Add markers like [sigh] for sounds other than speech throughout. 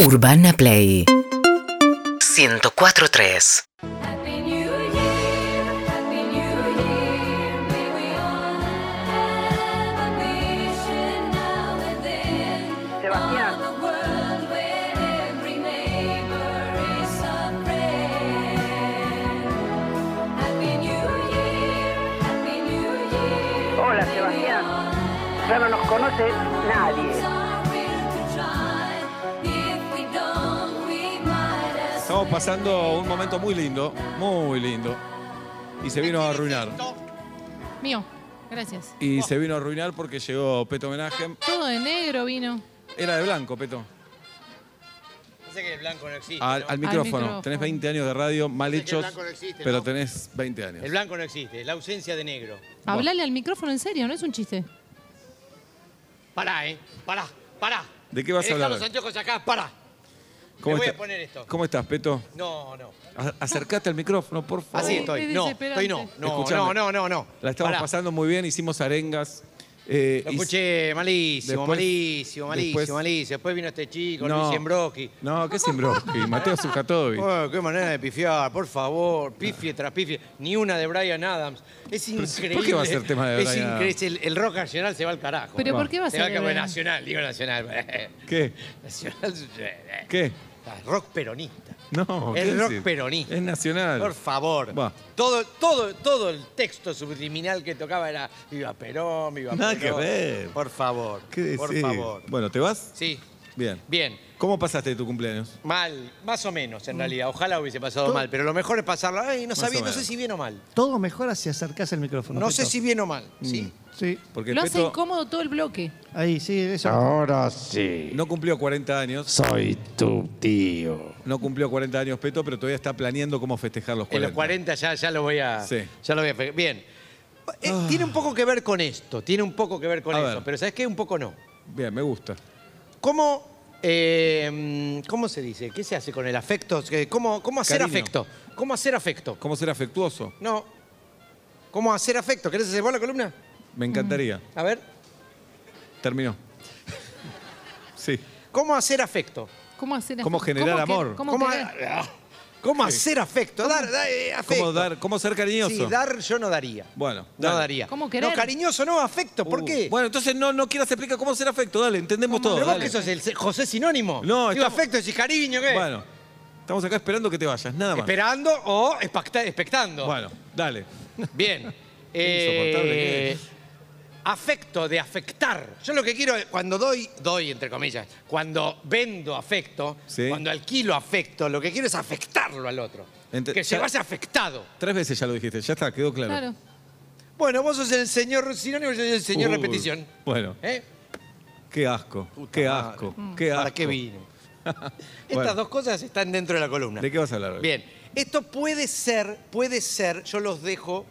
Urbana Play 104.3 Happy New Year, Happy New Year. May we all have a vision now and then. Sebastián. Of a world where every neighbor is a friend. Happy New Year, Happy New Year. Hola Sebastián, ya no nos conoce nadie. Sorry to try. If we don't, we might as Estamos pasando un momento muy lindo, muy lindo. Y se vino a arruinar. Mío, gracias. Y se vino a arruinar porque llegó Peto Homenaje. Todo de negro vino. Era de blanco, Peto. Sé que el blanco no existe. Al, ¿no? al micrófono. micrófono. Tenés 20 años de radio, mal Sé que el hechos, blanco no existe, pero ¿no? tenés 20 años. El blanco no existe, la ausencia de negro. Hablale al micrófono en serio, no es un chiste. Pará, ¿eh? Pará, pará. ¿De qué vas a Dejá hablar? los anteojos acá, pará. ¿Cómo me voy está- a poner esto. ¿Cómo estás, Peto? No, no. A- Acercate al micrófono, por favor. Así Uy, estoy. qué No, desesperante. estoy no. No, Escuchame. no, no, no, no. La estamos Pará. pasando muy bien, hicimos arengas. eh, Lo y- escuché malísimo, Después- malísimo, malísimo, después- malísimo. Después vino este chico, No. Luis Embroski. No, ¿qué Simbroski? Mateo [laughs] Sujatovic. Oh, qué manera de pifiar, por favor. Pifie tras pifie. Ni una de Brian Adams. Es increíble. ¿por qué va a ser tema de Es Bryan increíble. Adams? El, el rock nacional se va al carajo. Pero va. ¿por qué va a Se va al ser eh? de carajo. verdad? Nacional, digo nacional. [laughs] ¿Qué? Nacional. ¿Qué? Ah, Rock peronista. No, Es ¿qué rock decís? peronista. Es nacional. Por favor. Va. Todo, todo, todo el texto subliminal que tocaba era Viva Perón, Viva Nada Perón. que ver. Por favor. ¿Qué decís? Por favor. Bueno, ¿te vas? Sí. Bien. Bien. ¿Cómo pasaste tu cumpleaños? Mal, más o menos en realidad. Ojalá hubiese pasado mal, pero lo mejor es pasarlo. Ay, no Más sabía, o no sé menos. si bien o mal. Todo mejora si acercás el micrófono. No Beto. sé si bien o mal. Mm. Sí. Sí, Porque Lo hace Peto incómodo todo el bloque. ahí, sí, eso. Ahora sí, no cumplió 40 años. soy tu tío. No cumplió 40 años Peto, pero todavía está planeando cómo festejar los En 40. los 40 ya, ya lo voy a. Sí. Ya lo voy a. fe- Bien. Eh, Tiene un poco que ver con esto, tiene un poco que ver con A eso, ver. pero ¿sabes qué? Un poco no. Bien, me gusta. ¿Cómo, eh, ¿Cómo se dice? ¿Qué se hace con el afecto? ¿Qué- ¿Cómo, cómo hacer Cariño. afecto? ¿Cómo hacer afecto? ¿Cómo ser afectuoso? No. ¿Cómo hacer afecto? ¿Querés hacer vos la columna? Me encantaría. A ver. Mm. [laughs] Terminó. Sí. ¿Cómo hacer afecto? ¿Cómo hacer ¿Cómo generar que- amor? cómo ¿Cómo, querer? ha- ¿Cómo hacer afecto? Dar, dar, eh, afecto. ¿Cómo, dar, ¿Cómo ser Sí, cariñoso? dar yo no daría. Bueno, No dale. daría. ¿Cómo querer? No, cariñoso no, afecto. ¿Por Uh, qué? Bueno, entonces no, no quieras explicar cómo ser afecto. Dale, entendemos todo. Pero vos dale. que sos el se- José sinónimo. No, Digo, estamos- afecto decís cariño, ¿qué? Bueno, estamos acá esperando que te vayas, nada más. Esperando o expecta- expectando. Bueno, dale. Bien. [laughs] insoportable que Eh, es. afecto, de afectar. Yo lo que quiero, es- cuando doy, doy entre comillas, cuando vendo afecto, Sí. cuando alquilo afecto, lo que quiero es afectarlo al otro. Ente- que se ya- vaya afectado. Tres veces ya lo dijiste, ya está, quedó claro. Claro. Bueno, vos sos el señor sinónimo, yo soy el señor Uy, repetición. Uh. Bueno, ¿Eh? qué asco, Puta qué madre. Mm. asco, qué asco. ¿Para qué vino? [laughs] Bueno. Estas dos cosas están dentro de la columna. ¿De qué vas a hablar hoy? Bien, esto puede ser, puede ser, yo los dejo,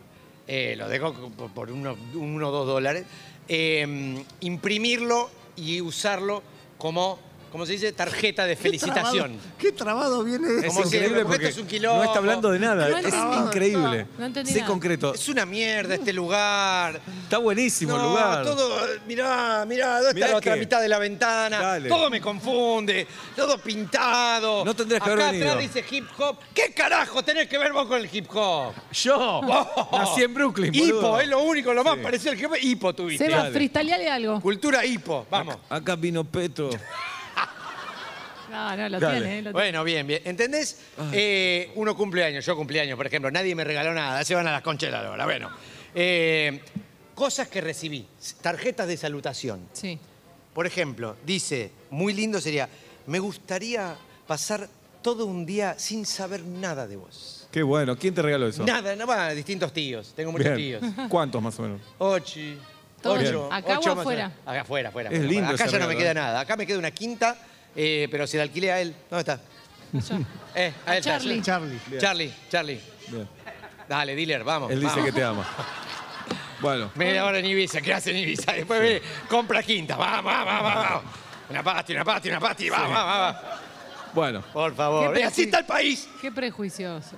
eh, los dejo por- por uno, uno o dos dólares, eh, imprimirlo y usarlo como, ¿cómo se dice? Tarjeta de felicitación. Qué trabado viene Es Como siempre, increíble porque porque esto es un quilombo. no está hablando de nada, No es entendí increíble. nada, no entendí sé nada. concreto, Es una mierda este lugar. está buenísimo el No, lugar. todo, eh, mirá, mirá, ¿dónde Mirá está la otra que- mitad de la ventana? Dale. Todo me confunde, todo pintado. No tendrías que Acá haber venido. atrás dice hip hop. ¿Qué carajo tenés que ver vos con el hip hop? [laughs] Yo nací en Brooklyn, Oh. Hipo, boludo. es lo único, lo más Sí. parecido al hip hop. Hipo tuviste. Seba, dale. freestyleale algo. Cultura hipo, vamos. Acá vino Peto. No, no, lo Dale. tiene, eh, lo tiene. Bueno, bien, bien. ¿Entendés? Eh, uno cumple años, yo cumple años, por ejemplo. Nadie me regaló nada. Se van a las conchas de la lora. Bueno. Eh, cosas que recibí. Tarjetas de salutación. Sí. Por ejemplo, dice, muy lindo sería, me gustaría pasar todo un día sin saber nada de vos. Qué bueno, ¿quién te regaló eso? Nada, no va, distintos tíos. Tengo muchos Bien. tíos. [laughs] ¿Cuántos más o menos? Ocho. Todo ocho, bien. ¿Acá ocho o más afuera? menos. Acá afuera, afuera. Es afuera. lindo Acá ese ya no me regalo, queda ¿eh? nada. Acá me queda una quinta, eh, pero se la alquilé a él. ¿Dónde está? Eh, a él está. Charlie. Charlie. Charlie, Charlie. Bien. Dale, dealer, vamos. Él dice Oh, vamos. que te [laughs] ama. Bueno, Media hora en Ibiza, ¿qué hace en Ibiza? Después ve, compra quinta. Vamos, vamos, vamos, vamos. Una pasti, una pasti, una pasti. Vamos, vamos, vamos. bueno. Por favor. Qué Eh, así prejuicio. está el país. Qué prejuicioso.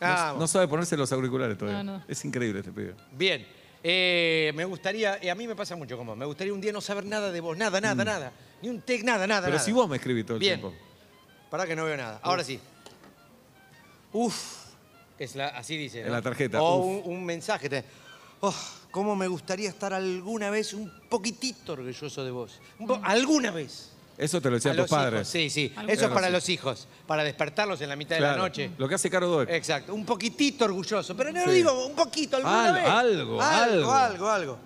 No, Vamos. no sabe ponerse los auriculares todavía. No, no. Es increíble este pibe. Bien. Eh, me gustaría, eh, a mí me pasa mucho como, me gustaría un día no saber nada de vos, nada, nada, nada. Ni un tec, nada, nada. Mm. Pero nada. si vos me escribís todo el Bien. tiempo. Para que no veo nada. Ahora sí. Uf. Es la, así dice. En ¿no? la tarjeta, O un, uf. un mensaje. te- Oh, ¿Cómo me gustaría estar alguna vez un poquitito orgulloso de vos? Un po- alguna vez. Eso te lo A decían tus los hijos, padres. Sí, sí. Alguna Eso es vez. para los hijos. Para despertarlos en la mitad de Claro. la noche. Lo que hace Caro Dweck. Exacto, un poquitito orgulloso, pero no Sí. lo digo, un poquito, alguna Al- vez. algo, algo. algo, algo, algo.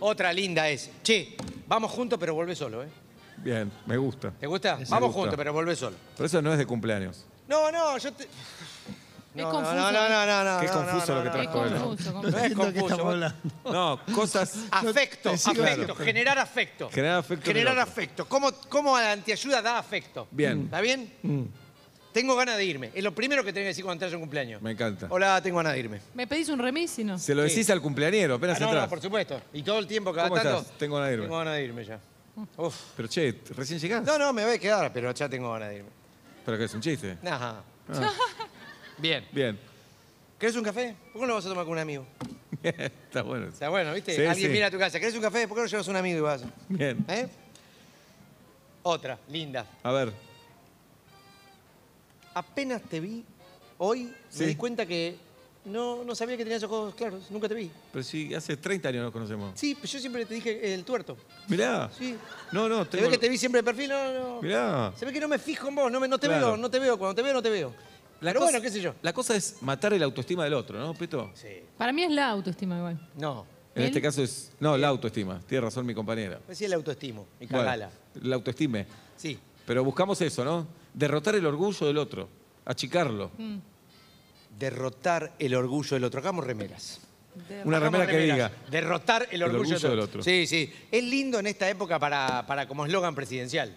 Otra linda es, che, vamos juntos pero vuelve solo, ¿eh? Bien, me gusta. ¿Te gusta? Me vamos gusta. juntos pero vuelve solo. Pero eso no es de cumpleaños. No, no, yo te... No, no, confuso, no, no, no, no, no, Qué no, confuso no, lo que no, Qué trajo él. [laughs] confuso, No confuso. es entiendo de qué confuso, estamos vos- hablando. No, cosas. [laughs] Afecto, Te sigo. afecto, Claro. generar afecto. Generar afecto en el Generar otro. afecto. ¿Cómo, cómo a la antiayuda da afecto? Bien. Mm. ¿Está bien? Tengo ganas de irme. Es lo primero que tenés que decir cuando entras a un cumpleaños. Me encanta. Hola, tengo ganas de irme. ¿Me pedís un remis si no? Se lo decís al cumpleañero, Ah, apenas no, entras. no, por supuesto. Y todo el tiempo cada ¿Cómo tanto. estás? Tengo ganas de irme. Tengo ganas de irme ya. Uf. Pero che, recién llegás. No, no, me voy a quedar, pero ya tengo ganas de irme. Pero que es un chiste. Ajá. Bien. [laughs] Bien. ¿Querés un café? ¿Por qué no lo vas a tomar con un amigo? Está bueno. O sea, bueno, ¿viste? Sí, Alguien sí. viene a tu casa. ¿Querés un café? ¿Por qué no llevas a un amigo y vas? Bien. ¿Eh? Otra, linda. A ver. Apenas te vi hoy, Sí. me di cuenta que no, no sabía que tenías ojos claros. Nunca te vi. Pero si hace 30 años nos conocemos. Sí, pero yo siempre te dije el tuerto. Mirá. Sí. No, no, ¿Te tengo- ve que te vi siempre de perfil? No, no. Mirá. Se ve que no me fijo en vos, no, me- no te Claro. veo, no te veo. Cuando te veo, no te veo. La pero cosa- bueno, qué sé yo. La cosa es matar el autoestima del otro, ¿no, Peto? Sí. Para mí es la autoestima igual. No. En ¿Él? este caso es. No, la autoestima. Tiene razón mi compañera. Decía el autoestimo y Bueno, cagala. la autoestima. Sí. Pero buscamos eso, ¿no? Derrotar el orgullo del otro. Achicarlo. Mm. Derrotar el orgullo del otro. Hagamos remeras. Una Hagamos remera que remeras. diga. Derrotar el orgullo, orgullo del del otro. otro. Sí, sí. Es lindo en esta época para, para como eslogan presidencial.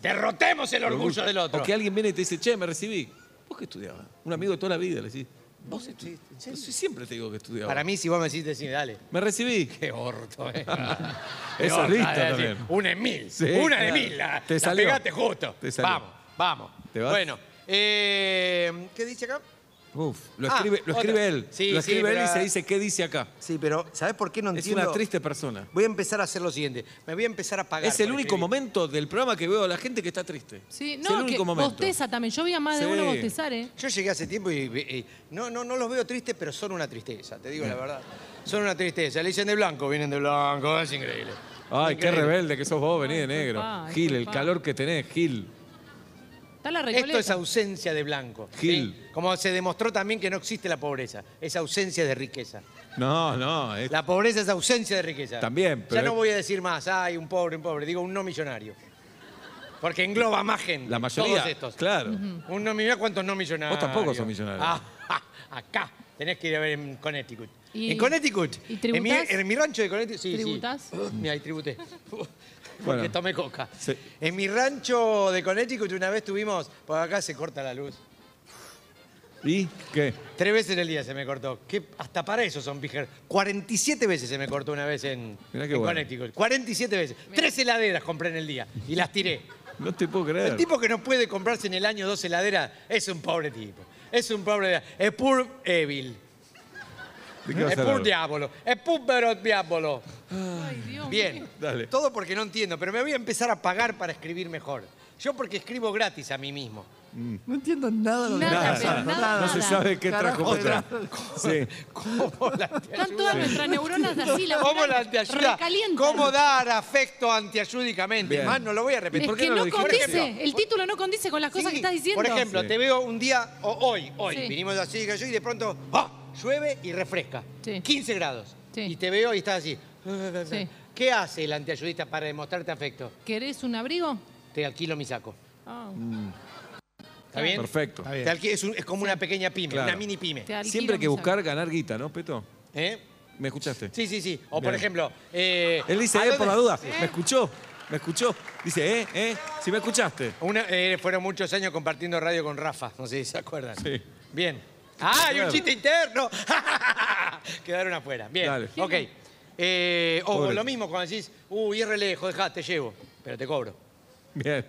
Derrotemos el orgullo, del otro. O que alguien viene y te dice, che, me recibí. ¿Vos qué estudiabas? Un amigo de toda la vida le decís. ¿Vos estudiabas? Siempre te digo que estudiaba. Para mí, si vos me decís, decime, dale. Me [laughs] recibí. Qué orto, [laughs] eh. Qué Eso es orto, listo eh, decir, también. Una en mil. Sí, una de claro. mil. La, Te la salió. pegaste justo. Te salió. Vamos, vamos. ¿Te vas? Bueno, eh, ¿qué dice acá? Uf, lo Ah, escribe, lo otra. escribe él. Sí, lo sí, escribe él pero- y se dice, ¿qué dice acá? Sí, pero ¿sabés por qué no Es una triste persona. Voy a empezar a hacer lo siguiente. Me voy a empezar a pagar. Es el por único escribir. momento del programa que veo a la gente que está triste. Sí, es el no, que único momento. bosteza también. Yo vi a más de Sí. uno bostezar, ¿eh? Yo llegué hace tiempo y, y- no, no, no los veo tristes, pero son una tristeza, te digo la verdad. Son una tristeza. Le dicen de blanco, vienen de blanco, es increíble. Ay, qué Increíble. rebelde que sos vos, vení de Ay, negro. disculpa, Gil, el disculpa. calor que tenés, Gil. Está la Esto recoleta. es ausencia de blanco. ¿sí? Gil. Como se demostró también que no existe la pobreza, es ausencia de riqueza. No, no, es- La pobreza es ausencia de riqueza. También, Ya pero- no voy a decir más, ay, un pobre, un pobre, digo un no millonario. Porque engloba más gente. la mayoría. Todos estos. Claro. Un no millonario, ¿cuántos no millonarios? Vos tampoco sos millonario. Ah, ah, acá. Tenés que ir a ver en Connecticut. ¿Y- ¿En Connecticut? en, y mi, tributás? en mi rancho de Connecticut. Sí, ¿Tributás? sí. Mira, ahí [laughs] tributé. Porque Bueno. tomé coca. Sí. En mi rancho de Connecticut una vez tuvimos... Por acá se corta la luz. ¿Y qué? Tres veces en el día se me cortó. Que hasta para eso son pijeros. 47 veces se me cortó una vez en, Mirá qué en bueno. Connecticut. 47 veces. Tres heladeras compré en el día y las tiré. No te puedo creer. El tipo que no puede comprarse en el año dos heladeras es un pobre tipo. Es un pobre... Es pur evil. ¿De qué vas a Es hablar? pur diablo. Es puro diablo. Ay, Dios Bien. mío. Dale. Todo porque no entiendo, pero me voy a empezar a pagar para escribir mejor. Yo porque escribo gratis a mí mismo. No entiendo nada de lo que Nada, está pero pasando. nada, No se nada. sabe qué trajo Carajo, otra. claro. Sí. ¿Cómo la te Están todas nuestras neuronas así, la ¿Cómo la antiayuda? Recalientan. ¿Cómo dar afecto antiayúdicamente? Bien. Más no lo voy a Es repetir. ¿Por qué que no no, lo dijiste? condice. Por ejemplo, el título no condice con las cosas Sí, que estás diciendo. Por ejemplo, Sí. te veo un día, o hoy, hoy, Sí. vinimos así, que yo, y de pronto ¡ah! llueve y refresca. Sí. 15 grados. Sí. Y te veo y estás así. Sí. ¿Qué hace el antiayudista para demostrarte afecto? ¿Querés un abrigo? Te alquilo mi saco. Ah, ¿Está bien? Perfecto. Está Te alqui- es, un- es como una pequeña pyme, Claro. una mini pyme. te alquilo Siempre hay que mi saco. buscar ganar guita, ¿no, Peto? ¿Eh? ¿Me escuchaste? Sí, sí, sí. O por Bien. ejemplo... eh, Él dice, ¿a eh, por la dónde- duda. ¿Me escuchó? ¿Me escuchó? Dice, eh, eh, si me escuchaste. Una- eh, fueron muchos años compartiendo radio con Rafa, no sé si se acuerdan. Sí. Bien. ¡Ah, hay un Claro. chiste interno! [laughs] Quedaron afuera. Bien. Dale. Ok. Eh, o Pobre. lo mismo cuando decís, uy, es re lejos, dejá, te llevo, pero te cobro. Bien.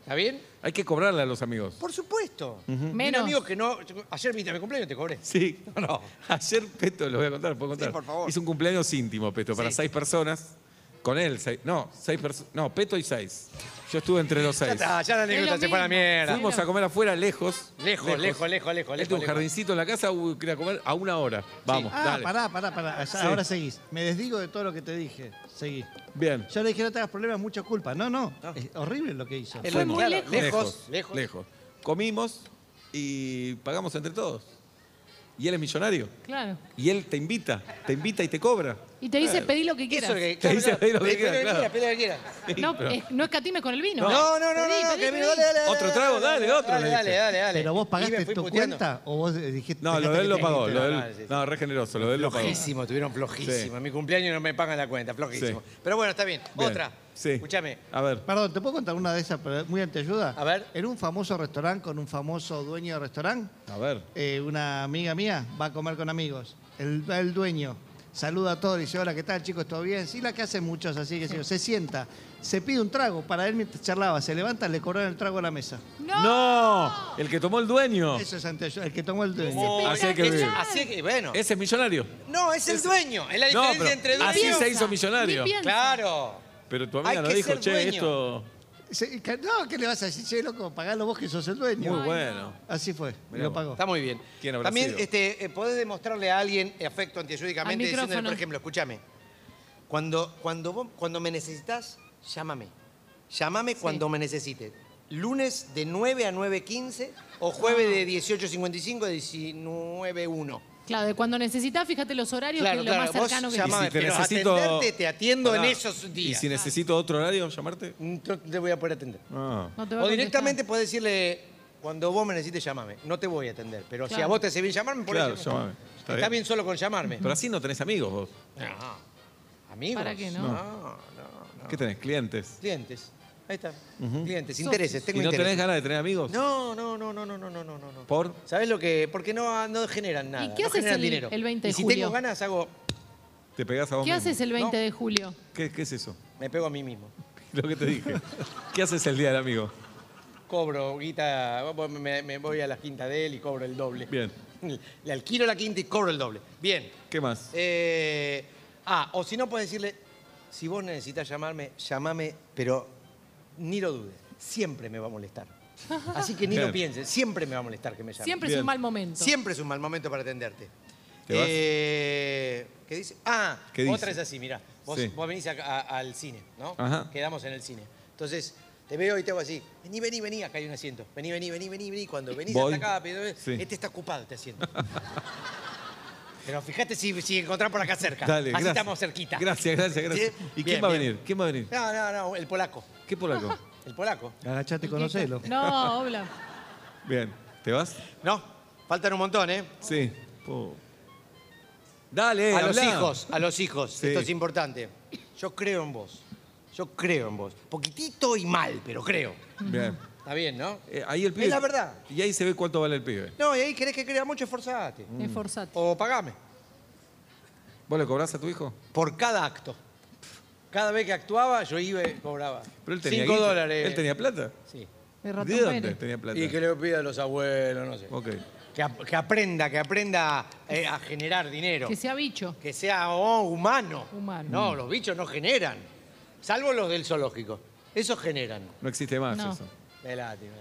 ¿Está bien? Hay que cobrarle a los amigos. Por supuesto. Menos. amigo que no. Ayer viniste a mi cumpleaños, [laughs] te cobré. Sí. No, no. Ayer Peto, lo voy a contar, ¿puedo contar? Sí, por favor. Hizo un cumpleaños íntimo, Peto, para Sí. seis personas. Con él, seis. No, seis personas. No, Peto y seis. Yo estuve entre los Ya seis. está, ya la lo anécdota se fue a la mismo. mierda. Fuimos a comer afuera, lejos. Lejos, lejos, lejos, lejos, Este, un lejos. jardincito en la casa, hubo que ir a comer a una hora. Vamos, Ah, dale. pará, pará, pará. Allá- Sí. Ahora seguís. Me desdigo de todo lo que te dije. Seguí. Bien. Yo le dije, no te hagas problemas, mucha culpa. No, no. Es horrible lo que hizo. Es Fue lo- muy claro, lejos. Lejos, lejos. lejos. lejos. Comimos y pagamos entre todos. Y él es millonario. Claro. Y él te invita, te invita y te cobra. Y te dice, pedí lo que quieras. Eso que- Te dice, claro, pedí lo que pedí quieras, claro. pedí lo que quieras. No, eh. Pero- es- no escatimes con el vino. No, no, no, no, Pedí, no, pedí, que pedí. vino, dale, dale, dale, Otro trago, dale, otro, Dale, le dije. dale, dale, dale. Pero vos Y me pagaste fui tu puteando. cuenta o vos eh, dijiste. No, lo dejaste de él que lo te pagó. inviten? Lo de no, no, sí, él, sí. no, re generoso, lo de él lo pagó. Flojísimo, tuvieron flojísimo. Sí. En mi cumpleaños no me pagan la cuenta, flojísimo. Sí. Pero bueno, está bien. Bien, Otra. Sí. Escúchame. A ver. Perdón, ¿te puedo contar una de esas pero muy anteayuda? A ver. En un famoso restaurante con un famoso dueño de restaurante, A ver. eh, una amiga mía va a comer con amigos. El, va el dueño saluda a todos, dice, hola, ¿qué tal, chicos? ¿Todo bien? Sí, la que hacen muchos, así que se sienta, se pide un trago para él mientras charlaba, se levanta, le cobran el trago a la mesa. No. ¡No! El que tomó el dueño. Eso es anteayuda, el que tomó el dueño. Muy- Así hay que es- vivir. Así que, bueno. Ese es millonario. No, es el dueño. Es la No, diferencia pero entre dueño. así se hizo millonario. Ni piensa. Claro. Pero tu Hay amiga nos que dijo, ser che, dueño". esto. Se- que- no, ¿qué le vas a decir? Che, loco, pagalo vos que sos el dueño. Muy bueno. Así fue, Mirá lo vos. pagó. Está muy bien. ¿Quién habrá También sido? este, eh, podés demostrarle a alguien afecto Al antiayúdicamente diciéndole, micrófono. por ejemplo, escúchame, cuando, cuando, vos- cuando me necesitas, llámame. Llámame cuando me necesites. Lunes de 9 a 9.15 o jueves de 18.55 a 19.1. Claro, de cuando necesitas, fíjate los horarios Claro, que es lo claro, más vos cercano que Y llamame, si te pero necesito- atenderte te atiendo Pará. en esos ¿Y días. Ah. si necesito otro horario, llamarte? No Mm, te voy a poder atender. Ah. No te va a O directamente contestar. podés decirle, cuando vos me necesites, llamame. No te voy a atender, pero si Claro. a vos te sirve llamarme, por Claro, eso- llamame. Está Está, bien. bien solo con llamarme. Pero así no tenés amigos vos. No. Amigos. ¿Para qué no? No, no, no. ¿Qué tenés? ¿Clientes? Clientes. Ahí está. Clientes, intereses, tengo ¿Y no tenés intereses. ganas de tener amigos? no, no, no, no, no, no, no, no, no. ¿Por? ¿Sabes lo que? Porque no, no generan nada. qué no haces generan el- dinero. el 20 de y si julio? tengo ganas, hago. ¿Te pegás a vos ¿Qué mismo? haces el 20 No. de julio? ¿Qué, qué es eso? [laughs] Me pego a mí mismo. Lo que te [laughs] dije. ¿Qué haces el día del amigo? Cobro guita, me, me voy a la quinta de él y cobro el doble. Bien. [laughs] Le alquilo la quinta y cobro el doble. Bien. ¿Qué más? Eh, ah, o si no, puedes decirle, si vos necesitas llamarme, llamame, pero ni lo dudes, siempre me va a [laughs] molestar. Así que ni lo Bien. pienses, siempre me va a molestar que me llames. Siempre es Bien. un mal momento. Siempre es un mal momento para atenderte. ¿Te vas? Eh, ¿Qué dice? Ah, ¿Qué dice? otra es así, mirá. Vos, Sí. vos venís acá- a- al cine, ¿no? Ajá. Quedamos en el cine. Entonces, te veo y te hago así. Vení, vení, vení, acá hay un asiento. Vení, vení, vení, vení, vení. Cuando venís Voy. hasta acá, pero- Sí. este está ocupado este asiento. [laughs] pero fíjate si, si encontrás por acá cerca. Dale, así gracias. estamos cerquita. Gracias, gracias, gracias. Sí. ¿Y Bien, quién va a bien. venir? ¿Quién va a venir? No, no, no, el polaco. ¿Qué [laughs] polaco? El polaco. Agachate y conocelo. [laughs] No, Obla. Bien. ¿Te vas? No, faltan un montón, ¿eh? Sí. Po. Dale, a los hablá. hijos, a los hijos. Sí. Esto es importante. Yo creo en vos. Yo creo en vos. Poquitito y mal, pero creo. Bien. Está bien, ¿no? Eh, ahí el Es pibe. la verdad. Y ahí se ve cuánto vale el pibe. No, y ahí querés que crea mucho, esforzate. Esforzate. O pagame. ¿Vos le cobrás a tu hijo? Por cada acto. Cada vez que actuaba, yo iba y cobraba. Pero él tenía Cinco guita. dólares. ¿Él tenía plata? Sí. De ratón ¿De dónde Pérez. tenía plata? Oh. Y que le pida a los abuelos, no sé. Ok. Que, ap- que aprenda, que aprenda eh, a generar dinero. Que sea bicho. que sea oh, humano. Humano. No, los bichos no generan. Salvo los del zoológico. Esos generan. No existe más No. eso. [laughs] Qué lástima.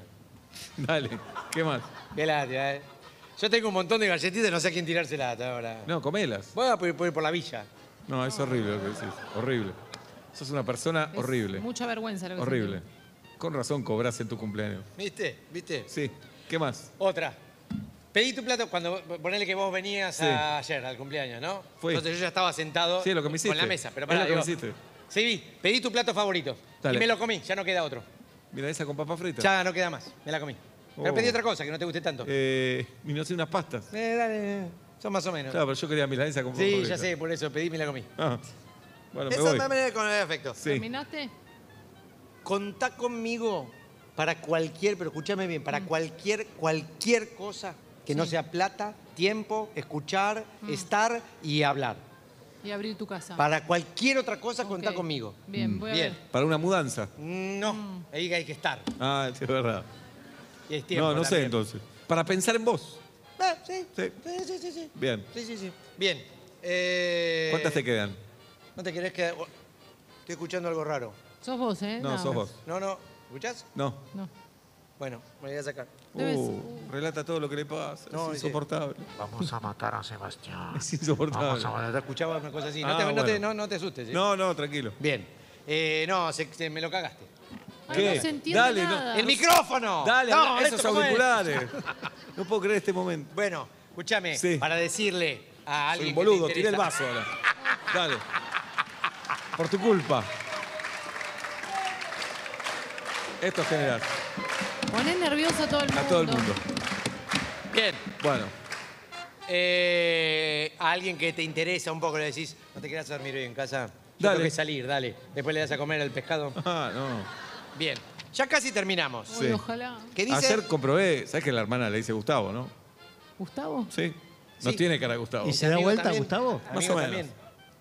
Dale. ¿Qué más? Qué lástima, eh. Yo tengo un montón de galletitas, no sé a quién tirárselas hasta ahora. No, comelas. Voy a por, por- por la villa. No, es horrible lo que decís. Horrible. Sos una persona Es horrible. Mucha vergüenza lo que Horrible. sentimos. Con razón cobrás en tu cumpleaños. ¿Viste? ¿Viste? Sí. ¿Qué más? Otra. Pedí tu plato cuando ponele que vos venías Sí. a- ayer al cumpleaños, ¿no? Fui. Entonces yo ya estaba sentado Sí, lo que me hiciste. con la mesa, pero Es para lo que me hiciste. Sí, pedí tu plato favorito Dale. y me lo comí, ya no queda otro. Mira esa con papa frita. Ya no queda más, me la comí. Pero Oh. pedí otra cosa que no te guste tanto. Eh, y no sé, unas pastas. Eh, dale, son más o menos. Claro, pero yo quería milanesa con papa Sí, frita. ya sé, por eso pedí y me la comí. Ah. Bueno, me Esa voy. es la manera de conocer afecto. Sí. ¿Terminaste? Contá conmigo para cualquier, pero escúchame bien, Mm. para cualquier, cualquier cosa que no sea plata, tiempo, escuchar, Mm. estar y hablar. Y abrir tu casa. Para cualquier otra cosa, contá Ah. Ok. conmigo. Mm. Bien, voy a Bien. ver. Mm. Para una mudanza. No, ahí hay que estar. Ah, [laughs] sí, es verdad. Y hay tiempo no, no sé también. entonces. Para pensar en vos. Ah, sí. Sí. Sí, sí, sí, sí. Bien. Sí, sí, sí. Bien. Eh, ¿Cuántas te quedan? ¿No te querés quedar? Oh, Estoy escuchando algo raro. Sos vos, ¿eh? No, Nada sos más. vos. No, no. ¿Escuchás? No. No. Bueno, me voy a sacar. Debes- Uh, relata todo lo que le pasa. No, es dice- insoportable. Vamos a matar a Sebastián. [laughs] Es insoportable. Vamos a matar a Escuchaba una cosa así. No, Ah, te, no, te, bueno. no, no te asustes. ¿eh? No, no, tranquilo. Bien. Eh, no, se- se- me lo cagaste. Ay, ¿Qué? no se entiende Dale, no. nada. ¡El micrófono! Dale, No, habla- esto esos cómo es. auriculares. No puedo creer este momento. Bueno, escúchame, Sí. para decirle a Soy alguien. un boludo, que te tiré el vaso interesa- ahora. [laughs] Dale. Por tu culpa. Esto es general. Ponés nervioso a todo el mundo. A todo el mundo. Bien. Bueno, [laughs] Eh, a alguien que te interesa un poco le decís, no te quieras dormir hoy en casa. Yo Dale. tengo que salir, dale. Después le das a comer al pescado. ah, no. Bien. Ya casi terminamos. Uy, Sí. ojalá. ¿Qué dice? Ayer comprobé, ¿sabes que la hermana le dice Gustavo, no? ¿Gustavo? Sí. No Sí. tiene cara de Gustavo. ¿Y se da amigo vuelta, también. Gustavo? Amigo Más o menos. también.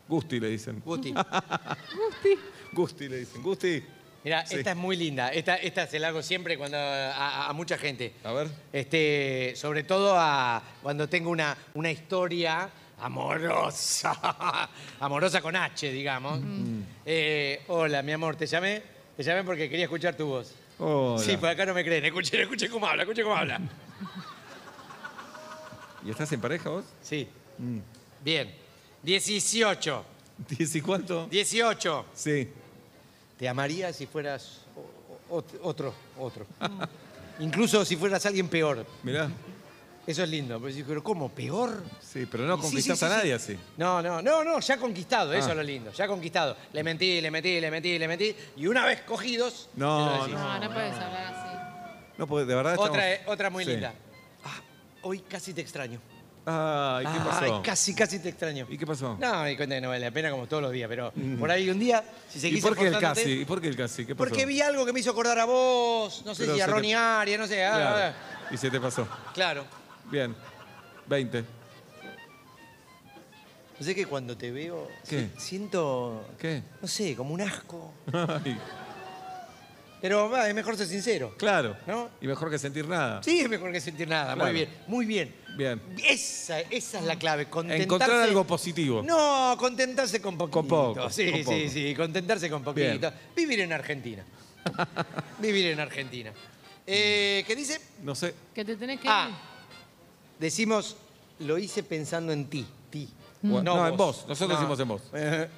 Gusti le dicen. [laughs] Guti. Gusti. Gusti le dicen. Gusti. Mira, Sí. esta es muy linda. Esta, esta se la hago siempre cuando a, a- a mucha gente. A ver. Este, sobre todo a cuando tengo una, una historia amorosa. [laughs] amorosa con H, digamos. Eh, hola, mi amor, te llamé. Te llamé porque quería escuchar tu voz. Hola. Sí, por acá no me creen. Escuchen, escuchen cómo habla, escuchen cómo habla. ¿Y estás en pareja vos? Sí. Bien. 18. ¿Diez y cuánto? 18. Sí. Te amaría si fueras o- o- otro, otro. Incluso si fueras alguien peor. Mirá. Eso es lindo. Pero yo, Pero ¿cómo? ¿Peor? Sí, pero no Sí, conquistás sí, sí, a nadie sí. así. No, no, no, no, ya conquistado, eso Ah. es lo lindo, ya conquistado. Le mentí, le mentí, le mentí, le mentí. Y una vez cogidos, No, te lo decís. Ah, No, no, puedes hablar así. No, porque de verdad Otra, eh, estamos- otra muy Sí. linda. Ah, hoy casi te extraño. Ay, ¿qué pasó? Ay, casi, casi te extraño. ¿Y qué pasó? No, y cuenta que no vale la pena como todos los días, pero por ahí un día, si ¿Y seguís por qué el esforzándote- casi? ¿Y por qué el casi? ¿Qué pasó? Porque vi algo que me hizo acordar a vos, no sé Pero si a se te- Ronnie Arias, no sé. ah, Claro. Y se te pasó. ah, claro. Bien. 20. No sé que cuando te veo, ¿Qué? si- siento, ¿Qué? [laughs] no sé, como un asco. Ay, Pero va, es mejor ser sincero. claro. ¿No? Y mejor que sentir nada. Sí, es mejor que sentir nada. Claro. Muy bien, muy bien. Bien. Esa, esa es la clave. Contentarse. Encontrar algo positivo. No, contentarse con poquito. Con poco, Sí, con sí, poco. sí, contentarse con poquito. Bien. Vivir en [laughs] Argentina. Vivir en Argentina. Eh, ¿Qué dice? No sé. Que te tenés que Ah, ir. decimos, lo hice pensando en ti. ti. No, en vos. Nosotros decimos en vos. Eh,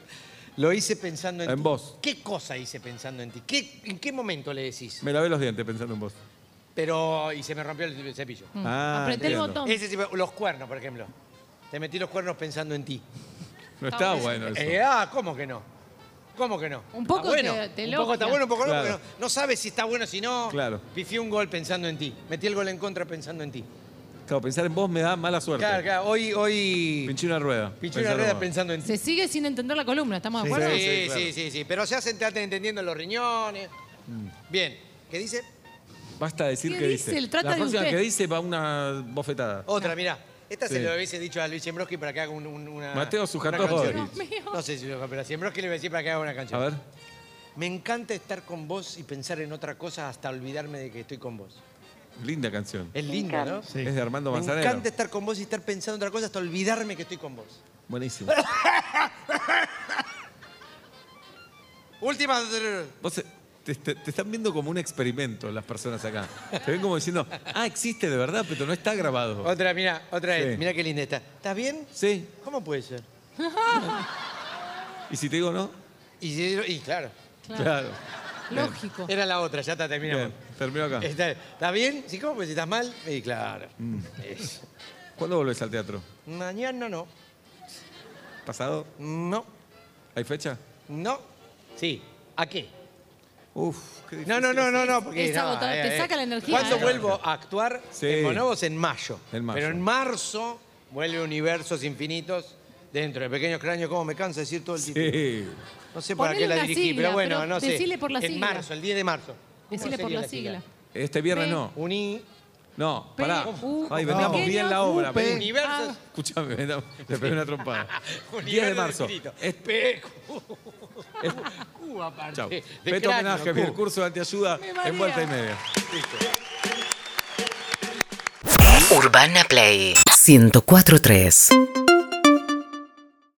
Lo hice pensando en, En ti. vos. ¿Qué cosa hice pensando en ti? ¿Qué- ¿En qué momento le decís? Me lavé los dientes pensando en vos. Pero, y se me rompió el cepillo. Ah, Apreté Mm. el entiendo. botón. Ese sí, los cuernos, por ejemplo. Te metí los cuernos pensando en ti. No está bueno eso. Eh, ah, ¿cómo que no? ¿Cómo que no? Un Está poco bueno. te- te Un poco está elogia. bueno, un poco no, Claro. porque no. No sabes si está bueno o si no. Claro. Pifié un gol pensando en ti. Metí el gol en contra pensando en ti. Claro, pensar en vos me da mala suerte. Claro, claro. Hoy, hoy. Pinché una rueda. Pinché una Pensar en rueda vos. pensando en ti. Se sigue sin entender la columna, ¿estamos de acuerdo? Sí, sí, claro. sí, sí, Pero se hacen, te hacen entendiendo en los riñones. Mm. Bien. ¿Qué dice? Basta decir ¿Qué que dice. dice? El trata La de próxima usted. que dice va una bofetada. Ah. Otra, mirá. Esta se Sí. lo hubiese dicho a Luis Siembroski para que haga un- un- una. Mateo una Sujatovich. canción. Dios mío. No sé si lo pero a Siembroski le voy a decir para que haga una canción. A ver. Me encanta estar con vos y pensar en otra cosa hasta olvidarme de que estoy con vos. Linda canción. Es lindo, ¿no? Sí. Es de Armando Me Manzanero. encanta estar con vos y estar pensando en otra cosa hasta olvidarme que estoy con vos. Buenísimo. Última. Vos eh, te, te- te están viendo como un experimento las personas acá. Te ven como diciendo, ah, existe de verdad, pero no está grabado. Otra, mira, otra Sí. vez. Mira qué linda está. ¿Estás bien? Sí. ¿Cómo puede ser? Y si te digo no, Y, si- y claro, claro. Lógico. era la otra, ya está, terminamos. Bien, Ah. termino acá. Está- ¿Estás bien? Sí, ¿cómo? Pues si estás mal. Y claro. Mm. Es- ¿Cuándo volvés al teatro? Mañana no. ¿Pasado? No. ¿Hay fecha? No. Sí. ¿A qué? Uf, qué No, difícil. no, no, no, no, porque Es no, agotador, te saca la energía, ¿Cuándo ¿eh? vuelvo a actuar Sí. en Bonobos? En mayo. En mayo. Pero en marzo vuelve Universos Infinitos dentro de Pequeños Cráneos. ¿Cómo me cansa de decir todo el título? Sí. No sé para Ponele qué la una dirigí, sigla, pero bueno, pero no sé. decile por la en sigla. marzo, el 10 de marzo. Decile ¿Cómo por sería la sigla. Este viernes no. Uní No, P, pará. U, Ay, vendamos pequeño, bien la obra. P. pero- Universos. Escuchame, vendamos- le pegué una [laughs] trompada. Universos 10 Ah. de marzo. Infinitos. [laughs] [laughs] Es- P, Q, es- Q, aparte. Chau. De Beto cráneo, homenaje, Q. el curso de antiayuda en vuelta y media. Urbana Play 1043